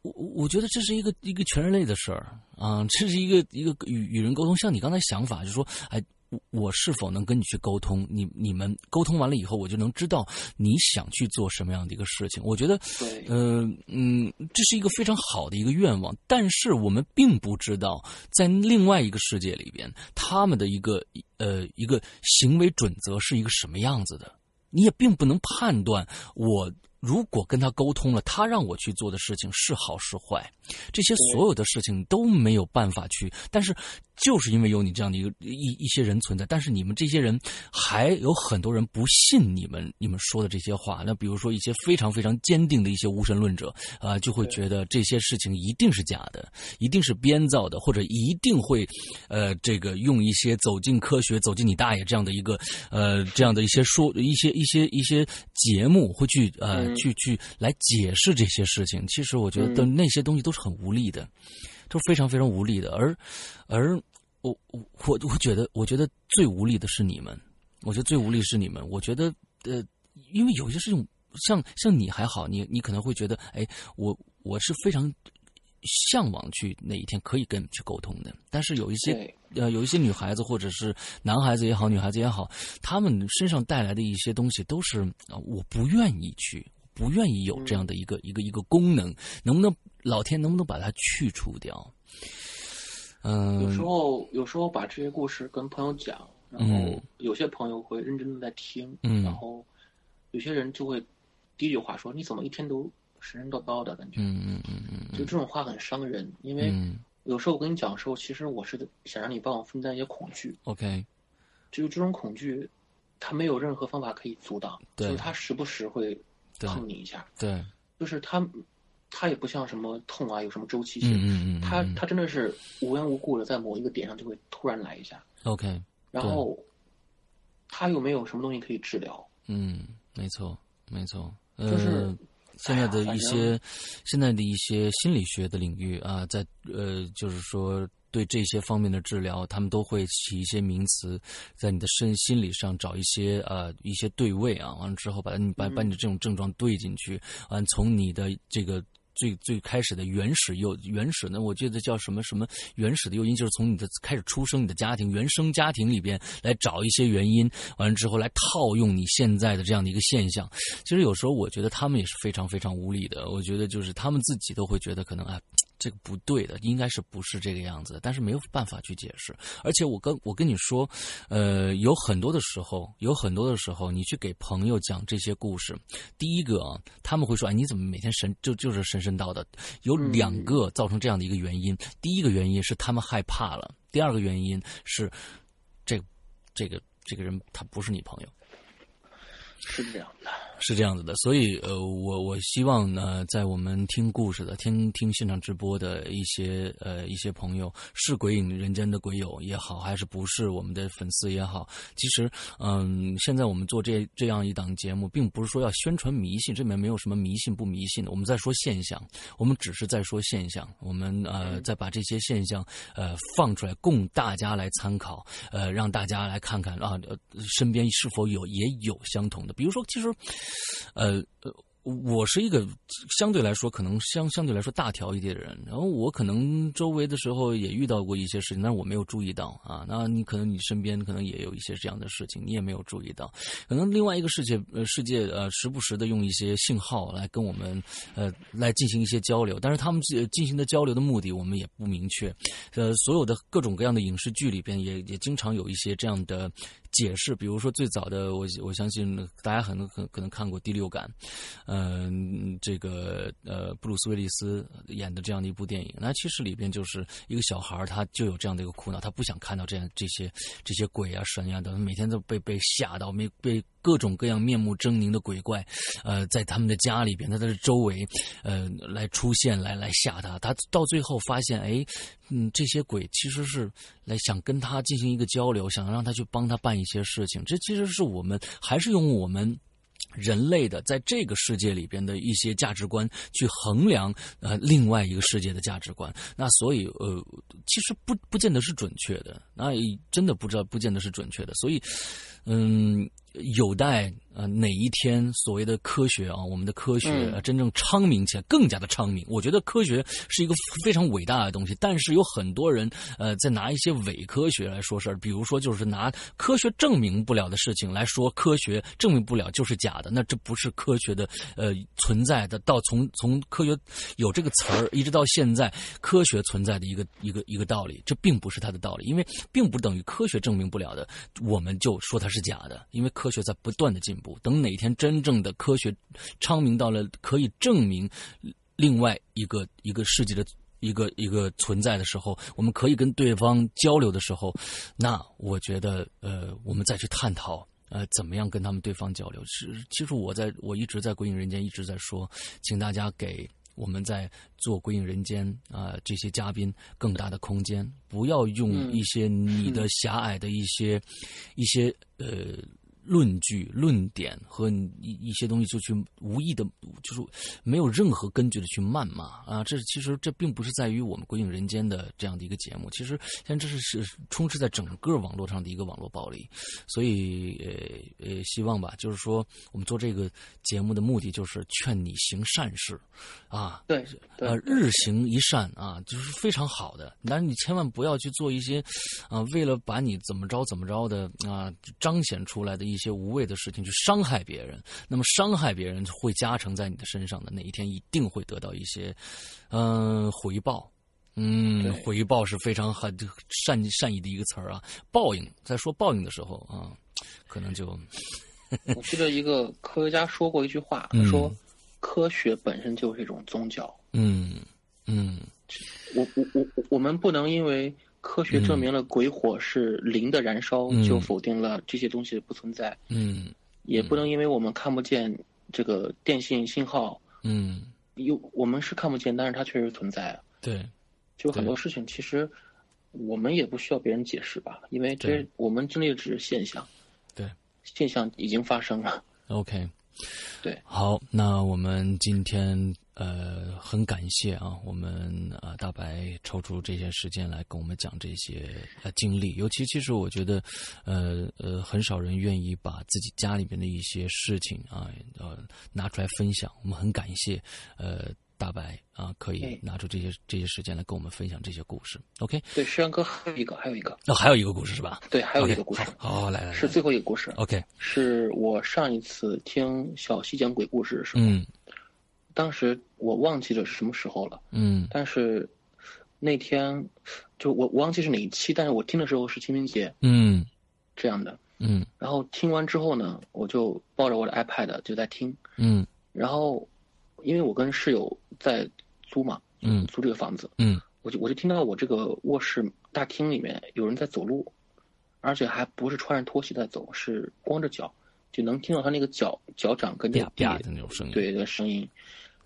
[SPEAKER 1] 我我我觉得这是一个一个全人类的事儿啊，这是一个一个与与人沟通。像你刚才想法，就是说，哎，我我是否能跟你去沟通？你你们沟通完了以后，我就能知道你想去做什么样的一个事情。我觉得，
[SPEAKER 5] 对
[SPEAKER 1] 呃嗯，这是一个非常好的一个愿望，但是我们并不知道在另外一个世界里边，他们的一个呃一个行为准则是一个什么样子的。你也并不能判断我如果跟他沟通了，他让我去做的事情是好是坏，这些所有的事情都没有办法去。但是，就是因为有你这样的一个一一些人存在，但是你们这些人还有很多人不信你们你们说的这些话。那比如说一些非常非常坚定的一些无神论者啊、就会觉得这些事情一定是假的，一定是编造的，或者一定会，呃，这个用一些走进科学、走进你大爷这样的一个，呃，这样的一些说一些一些一些节目，会去呃、
[SPEAKER 5] 嗯
[SPEAKER 1] 去去来解释这些事情。其实我觉得
[SPEAKER 5] 嗯
[SPEAKER 1] 那些东西都是很无力的，都是非常非常无力的。而而我我我我觉得我觉得最无力的是你们，我觉得最无力是你们。我觉得呃，因为有些事情。像像你还好，你你可能会觉得，哎，我我是非常向往去哪一天可以跟你们去沟通的。但是有一些
[SPEAKER 5] 对
[SPEAKER 1] 呃，有一些女孩子或者是男孩子也好，女孩子也好，她们身上带来的一些东西都是呃我不愿意去，不愿意有这样的一个、
[SPEAKER 5] 嗯
[SPEAKER 1] 一个一个功能，能不能老天能不能把它去除掉？嗯、
[SPEAKER 5] 有时候有时候把这些故事跟朋友讲，然后有些朋友会认真的在听，
[SPEAKER 1] 嗯
[SPEAKER 5] 然后有些人就会第一句话说：“你怎么一天都神神叨叨的感觉？”
[SPEAKER 1] 嗯嗯嗯嗯
[SPEAKER 5] 就这种话很伤人，因为
[SPEAKER 1] 嗯
[SPEAKER 5] 有时候我跟你讲的时候，其实我是想让你帮我分担一些恐惧，
[SPEAKER 1] ，OK，
[SPEAKER 5] 就是这种恐惧，它没有任何方法可以阻挡，
[SPEAKER 1] 对
[SPEAKER 5] 就是它时不时会
[SPEAKER 1] 对
[SPEAKER 5] 碰你一下，
[SPEAKER 1] 对，
[SPEAKER 5] 就是它，它也不像什么痛啊，有什么周期
[SPEAKER 1] 嗯
[SPEAKER 5] 性，
[SPEAKER 1] 嗯嗯，
[SPEAKER 5] 它
[SPEAKER 1] 嗯
[SPEAKER 5] 它真的是无缘无故的在某一个点上就会突然来一下，
[SPEAKER 1] OK，
[SPEAKER 5] 然后它又没有什么东西可以治疗，
[SPEAKER 1] 嗯，没错，没错，呃，
[SPEAKER 5] 就是
[SPEAKER 1] 现在的
[SPEAKER 5] 哎呀
[SPEAKER 1] 一
[SPEAKER 5] 反
[SPEAKER 1] 些、现在的一些心理学的领域啊，在呃，就是说对这些方面的治疗，他们都会起一些名词，在你的身心理上找一些呃一些对位啊，完了之后把你把把你这种症状对进去，啊，从你的这个。最最开始的原始诱原始呢，我记得叫什么什么原始的诱因，就是从你的开始出生你的家庭原生家庭里边来找一些原因，完了之后来套用你现在的这样的一个现象。其实有时候我觉得他们也是非常非常无力的，我觉得就是他们自己都会觉得可能哎。这个不对的，应该是不是这个样子的？但是没有办法去解释。而且我跟我跟你说，呃，有很多的时候，有很多的时候，你去给朋友讲这些故事，第一个啊，他们会说：“哎，你怎么每天神就就是神神叨叨？”有两个造成这样的一个原因，第一个原因是他们害怕了，第二个原因是这个这个这个人他不是你朋友。
[SPEAKER 5] 是这样的。
[SPEAKER 1] 是这样子的，所以呃，我我希望呢，在我们听故事的、听听现场直播的一些呃一些朋友，是鬼影人间的鬼友也好，还是不是我们的粉丝也好，其实嗯，现在我们做这这样一档节目，并不是说要宣传迷信，这里面没有什么迷信不迷信的，我们在说现象，我们只是在说现象，我们呃再把这些现象呃放出来，供大家来参考，呃，让大家来看看啊，呃身边是否有也有相同的。比如说，其实，呃呃，我我是一个相对来说可能相相对来说大条一点的人，然后我可能周围的时候也遇到过一些事情，但是我没有注意到啊。那你可能你身边可能也有一些这样的事情，你也没有注意到。可能另外一个世界呃世界呃时不时的用一些信号来跟我们呃来进行一些交流，但是他们进进行的交流的目的我们也不明确。呃，所有的各种各样的影视剧里边也也经常有一些这样的解释，比如说最早的我我相信大家很可可能看过《第六感》。嗯，这个呃，布鲁斯·威利斯演的这样的一部电影，那其实里边就是一个小孩儿，他就有这样的一个苦恼，他不想看到这样这些这些鬼啊、神啊的，每天都被被吓到，没被各种各样面目狰狞的鬼怪，呃，在他们的家里边，他的周围，呃，来出现，来来吓他。他到最后发现，哎，嗯，这些鬼其实是来想跟他进行一个交流，想让他去帮他办一些事情。这其实是我们还是用我们。人类的在这个世界里边的一些价值观去衡量呃另外一个世界的价值观，那所以呃其实不不见得是准确的，那真的不知道不见得是准确的，所以嗯有待呃哪一天所谓的科学啊，我们的科学、
[SPEAKER 5] 嗯
[SPEAKER 1] 呃真正昌明起来，更加的昌明。我觉得科学是一个非常伟大的东西，但是有很多人呃在拿一些伪科学来说事儿，比如说就是拿科学证明不了的事情来说科学证明不了就是假的，那这不是科学的呃存在的。到从从科学有这个词儿一直到现在，科学存在的一个一个一个道理，这并不是它的道理，因为并不等于科学证明不了的，我们就说它是假的，因为科学在不断的进步。等哪天真正的科学昌明到了可以证明另外一个一个世界的一个一个存在的时候，我们可以跟对方交流的时候，那我觉得呃，我们再去探讨。呃，怎么样跟他们对方交流？是，其实我在我一直在《鬼影人间》一直在说，请大家给我们在做《鬼影人间》啊、这些嘉宾更大的空间，不要用
[SPEAKER 5] 嗯
[SPEAKER 1] 一些你的狭隘的一些、一些呃论据、论点和你一一些东西，就去无意的，就是没有任何根据的去谩骂啊！这其实这并不是在于我们《鬼影人间》的这样的一个节目，其实现在这是是充斥在整个网络上的一个网络暴力，所以呃呃，希望吧，就是说我们做这个节目的目的就是劝你行善事，啊，
[SPEAKER 5] 对对
[SPEAKER 1] 呃，日行一善啊，就是非常好的。但是你千万不要去做一些，啊、为了把你怎么着怎么着的啊、彰显出来的一些无谓的事情去伤害别人。那么伤害别人会加成在你的身上的，哪一天一定会得到一些，嗯、回报。嗯
[SPEAKER 5] 对，
[SPEAKER 1] 回报是非常很善善意的一个词儿啊。报应，在说报应的时候啊，可能就
[SPEAKER 5] 我记得一个科学家说过一句话，
[SPEAKER 1] 嗯
[SPEAKER 5] 说科学本身就是一种宗教。
[SPEAKER 1] 嗯嗯
[SPEAKER 5] 我我我我我们不能因为科学证明了鬼火是零的燃烧，
[SPEAKER 1] 嗯
[SPEAKER 5] 就否定了这些东西的不存在，
[SPEAKER 1] 嗯
[SPEAKER 5] 也不能因为我们看不见这个电信信号，
[SPEAKER 1] 嗯，
[SPEAKER 5] 有我们是看不见，但是它确实存在。啊
[SPEAKER 1] 对，
[SPEAKER 5] 就很多事情其实我们也不需要别人解释吧，因为这
[SPEAKER 1] 对
[SPEAKER 5] 我们经历的只是现象，
[SPEAKER 1] 对，
[SPEAKER 5] 现象已经发生了。
[SPEAKER 1] OK，
[SPEAKER 5] 对
[SPEAKER 1] 好，那我们今天呃很感谢啊，我们呃大白抽出这些时间来跟我们讲这些呃经历，尤其其实我觉得呃呃很少人愿意把自己家里边的一些事情啊呃拿出来分享，我们很感谢呃。大白啊，可以
[SPEAKER 5] 哎
[SPEAKER 1] 拿出这些这些时间来跟我们分享这些故事。OK，
[SPEAKER 5] 对，石阳哥还有一个，还有一个，
[SPEAKER 1] 那、还有一个故事是吧？
[SPEAKER 5] 对，还有一
[SPEAKER 1] OK，
[SPEAKER 5] 个故事。
[SPEAKER 1] 好，好，好来来来，
[SPEAKER 5] 是最后一个故事，
[SPEAKER 1] OK，
[SPEAKER 5] 是我上一次听小西讲鬼故事的时候，
[SPEAKER 1] 嗯
[SPEAKER 5] 当时我忘记了是什么时候了，
[SPEAKER 1] 嗯
[SPEAKER 5] 但是那天就我我忘记是哪一期，但是我听的时候是清明节
[SPEAKER 1] 嗯
[SPEAKER 5] 这样的。
[SPEAKER 1] 嗯
[SPEAKER 5] 然后听完之后呢，我就抱着我的 iPad 就在听，
[SPEAKER 1] 嗯
[SPEAKER 5] 然后因为我跟室友在租嘛，
[SPEAKER 1] 嗯
[SPEAKER 5] 租这个房子，
[SPEAKER 1] 嗯
[SPEAKER 5] 我就我就听到我这个卧室大厅里面有人在走路，而且还不是穿着拖鞋在走，是光着脚，就能听到他那个脚脚掌跟这
[SPEAKER 1] 啪
[SPEAKER 5] 个地
[SPEAKER 1] 啪的那种声音。
[SPEAKER 5] 对的声音。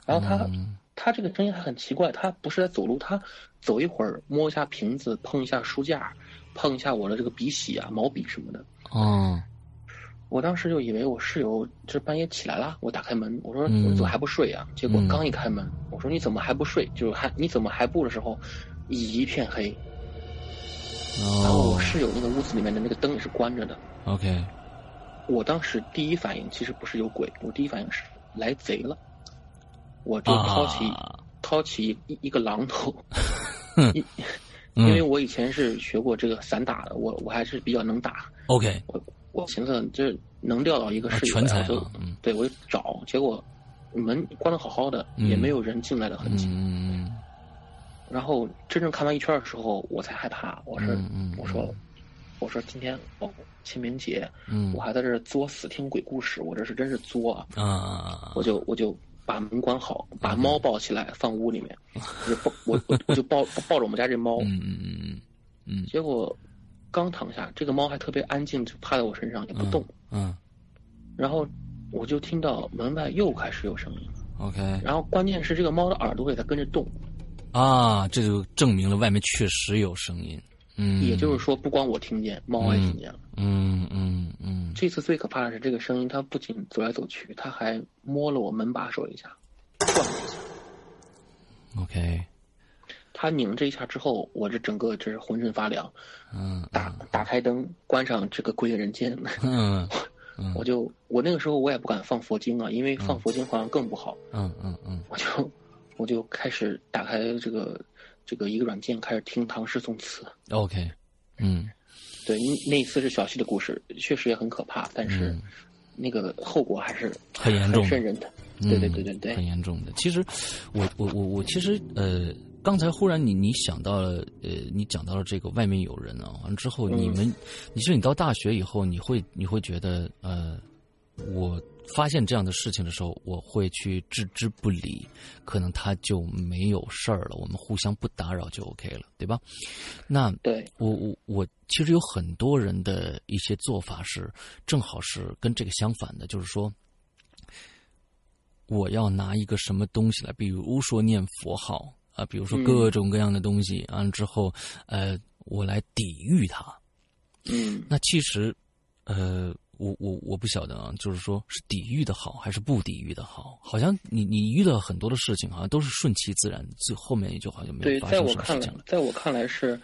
[SPEAKER 5] 然后他、
[SPEAKER 1] 嗯
[SPEAKER 5] 他这个声音还很奇怪，他不是在走路，他走一会儿摸一下瓶子，碰一下书架，碰一下我的这个笔洗啊、毛笔什么的。
[SPEAKER 1] 哦，
[SPEAKER 5] 我当时就以为我室友这半夜起来了，我打开门，我说
[SPEAKER 1] 嗯
[SPEAKER 5] 我怎么还不睡啊？结果
[SPEAKER 1] 嗯
[SPEAKER 5] 刚一开门，我说你怎么还不睡？就是还你怎么还不的时候，一片黑。然后
[SPEAKER 1] 哦
[SPEAKER 5] 我室友那个屋子里面的那个灯也是关着的。
[SPEAKER 1] ，OK，
[SPEAKER 5] 我当时第一反应其实不是有鬼，我第一反应是来贼了。我就掏起、
[SPEAKER 1] 啊
[SPEAKER 5] 掏起一一个榔头，一
[SPEAKER 1] 嗯
[SPEAKER 5] 因为我以前是学过这个散打的，我我还是比较能打，
[SPEAKER 1] OK，
[SPEAKER 5] 我我寻思这能钓到一个
[SPEAKER 1] 啊
[SPEAKER 5] 是一个，
[SPEAKER 1] 全才
[SPEAKER 5] 我就
[SPEAKER 1] 啊嗯
[SPEAKER 5] 对我就找，结果门关的好好的，
[SPEAKER 1] 嗯
[SPEAKER 5] 也没有人进来的痕迹。
[SPEAKER 1] 嗯嗯
[SPEAKER 5] 然后真正看完一圈的时候，我才害怕，我是、
[SPEAKER 1] 嗯嗯
[SPEAKER 5] 我说我说今天哦清明节，
[SPEAKER 1] 嗯
[SPEAKER 5] 我还在这儿作死听鬼故事，我这是真是作啊！
[SPEAKER 1] 嗯啊
[SPEAKER 5] 我就我就把门关好，把猫抱起来放屋里面，我就抱我我我就抱抱着我们家这猫，
[SPEAKER 1] 嗯嗯嗯嗯
[SPEAKER 5] 结果刚躺下，这个猫还特别安静，就趴在我身上也不
[SPEAKER 1] 嗯
[SPEAKER 5] 动。
[SPEAKER 1] 嗯
[SPEAKER 5] 然后我就听到门外又开始有声音，
[SPEAKER 1] OK
[SPEAKER 5] 然后关键是这个猫的耳朵也在跟着动，
[SPEAKER 1] 啊，这就证明了外面确实有声音。嗯，
[SPEAKER 5] 也就是说不光我听见，猫也听见了。
[SPEAKER 1] 嗯嗯嗯
[SPEAKER 5] 这次最可怕的是，这个声音它不仅走来走去，它还摸了我门把手一下，转了一下。
[SPEAKER 1] ，OK，
[SPEAKER 5] 它拧这一下之后，我这整个就是浑身发凉。
[SPEAKER 1] 嗯
[SPEAKER 5] 打打开灯，关上这个《鬼影人间》
[SPEAKER 1] 嗯嗯
[SPEAKER 5] 我就我那个时候我也不敢放佛经啊，因为放佛经好像更不好。
[SPEAKER 1] 嗯嗯嗯
[SPEAKER 5] 我就我就开始打开这个这个一个软件，开始听唐诗宋词。
[SPEAKER 1] ，OK，嗯
[SPEAKER 5] 对，那那一次是小溪的故事，确实也很可怕，但是
[SPEAKER 1] 嗯
[SPEAKER 5] 那个后果还是
[SPEAKER 1] 很严重
[SPEAKER 5] 很瘆人的。
[SPEAKER 1] 嗯
[SPEAKER 5] 对对对对对
[SPEAKER 1] 很，严重的。其实我我我我其实呃，刚才忽然你你想到了呃，你讲到了这个外面有人啊，完了之后
[SPEAKER 5] 嗯
[SPEAKER 1] 你们，你说你到大学以后，你会你会觉得呃，我发现这样的事情的时候，我会去置之不理，可能他就没有事儿了，我们互相不打扰就 OK 了，对吧？那
[SPEAKER 5] 对，
[SPEAKER 1] 我我我其实有很多人的一些做法是正好是跟这个相反的，就是说，我要拿一个什么东西来，比如说念佛号啊，比如说
[SPEAKER 5] 嗯
[SPEAKER 1] 各种各样的东西，完、了之后，呃，我来抵御它。
[SPEAKER 5] 嗯
[SPEAKER 1] 那其实，呃，我我我不晓得啊，就是说是抵御的好还是不抵御的好？好像你你遇到很多的事情，好像都是顺其自然，最后面也就好像没
[SPEAKER 5] 对，
[SPEAKER 1] 有发生
[SPEAKER 5] 在我
[SPEAKER 1] 什么
[SPEAKER 5] 看
[SPEAKER 1] 事
[SPEAKER 5] 来
[SPEAKER 1] 情了。，
[SPEAKER 5] 在我看来是，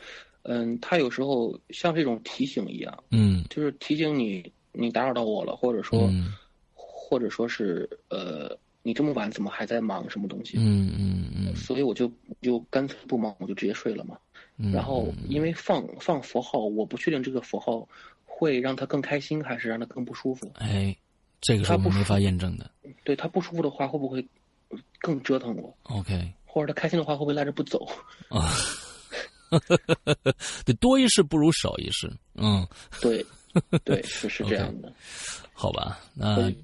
[SPEAKER 5] 嗯，它有时候像这种提醒一样，
[SPEAKER 1] 嗯
[SPEAKER 5] 就是提醒你你打扰到我了，或者说，
[SPEAKER 1] 嗯
[SPEAKER 5] 或者说是呃，你这么晚怎么还在忙什么东西？
[SPEAKER 1] 嗯嗯嗯
[SPEAKER 5] 所以我就就干脆不忙，我就直接睡了嘛。
[SPEAKER 1] 嗯，
[SPEAKER 5] 然后因为放放佛号，我不确定这个佛号会让他更开心，还是让他更不舒服。
[SPEAKER 1] 哎，这个是我们没法验证的。
[SPEAKER 5] 对他不舒服的话，会不会更折腾我？
[SPEAKER 1] OK
[SPEAKER 5] 或者他开心的话，会不会赖着不走？
[SPEAKER 1] 啊，对，多一事不如少一事。嗯，
[SPEAKER 5] 对，对，是是 这样的，
[SPEAKER 1] 好吧，那
[SPEAKER 5] 所以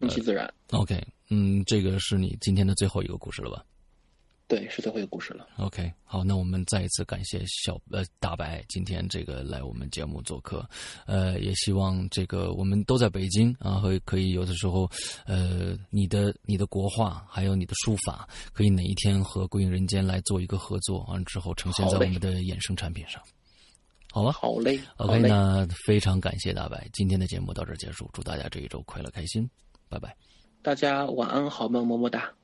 [SPEAKER 5] 顺其自然。
[SPEAKER 1] OK，嗯，这个是你今天的最后一个故事了吧
[SPEAKER 5] 对，是最后一个故事了。
[SPEAKER 1] ？OK，好，那我们再一次感谢小呃大白今天这个来我们节目做客，呃，也希望这个我们都在北京啊，会可以有的时候，呃，你的你的国画还有你的书法，可以哪一天和《归隐人间》来做一个合作，完了之后呈现在
[SPEAKER 5] 好
[SPEAKER 1] 我
[SPEAKER 5] 嘞
[SPEAKER 1] 们的衍生产品上，好吧？
[SPEAKER 5] 好嘞，好
[SPEAKER 1] OK，
[SPEAKER 5] 嘞，
[SPEAKER 1] 那非常感谢大白，今天的节目到这儿结束，祝大家这一周快乐开心，拜拜。
[SPEAKER 5] 大家晚安，好梦，么么哒。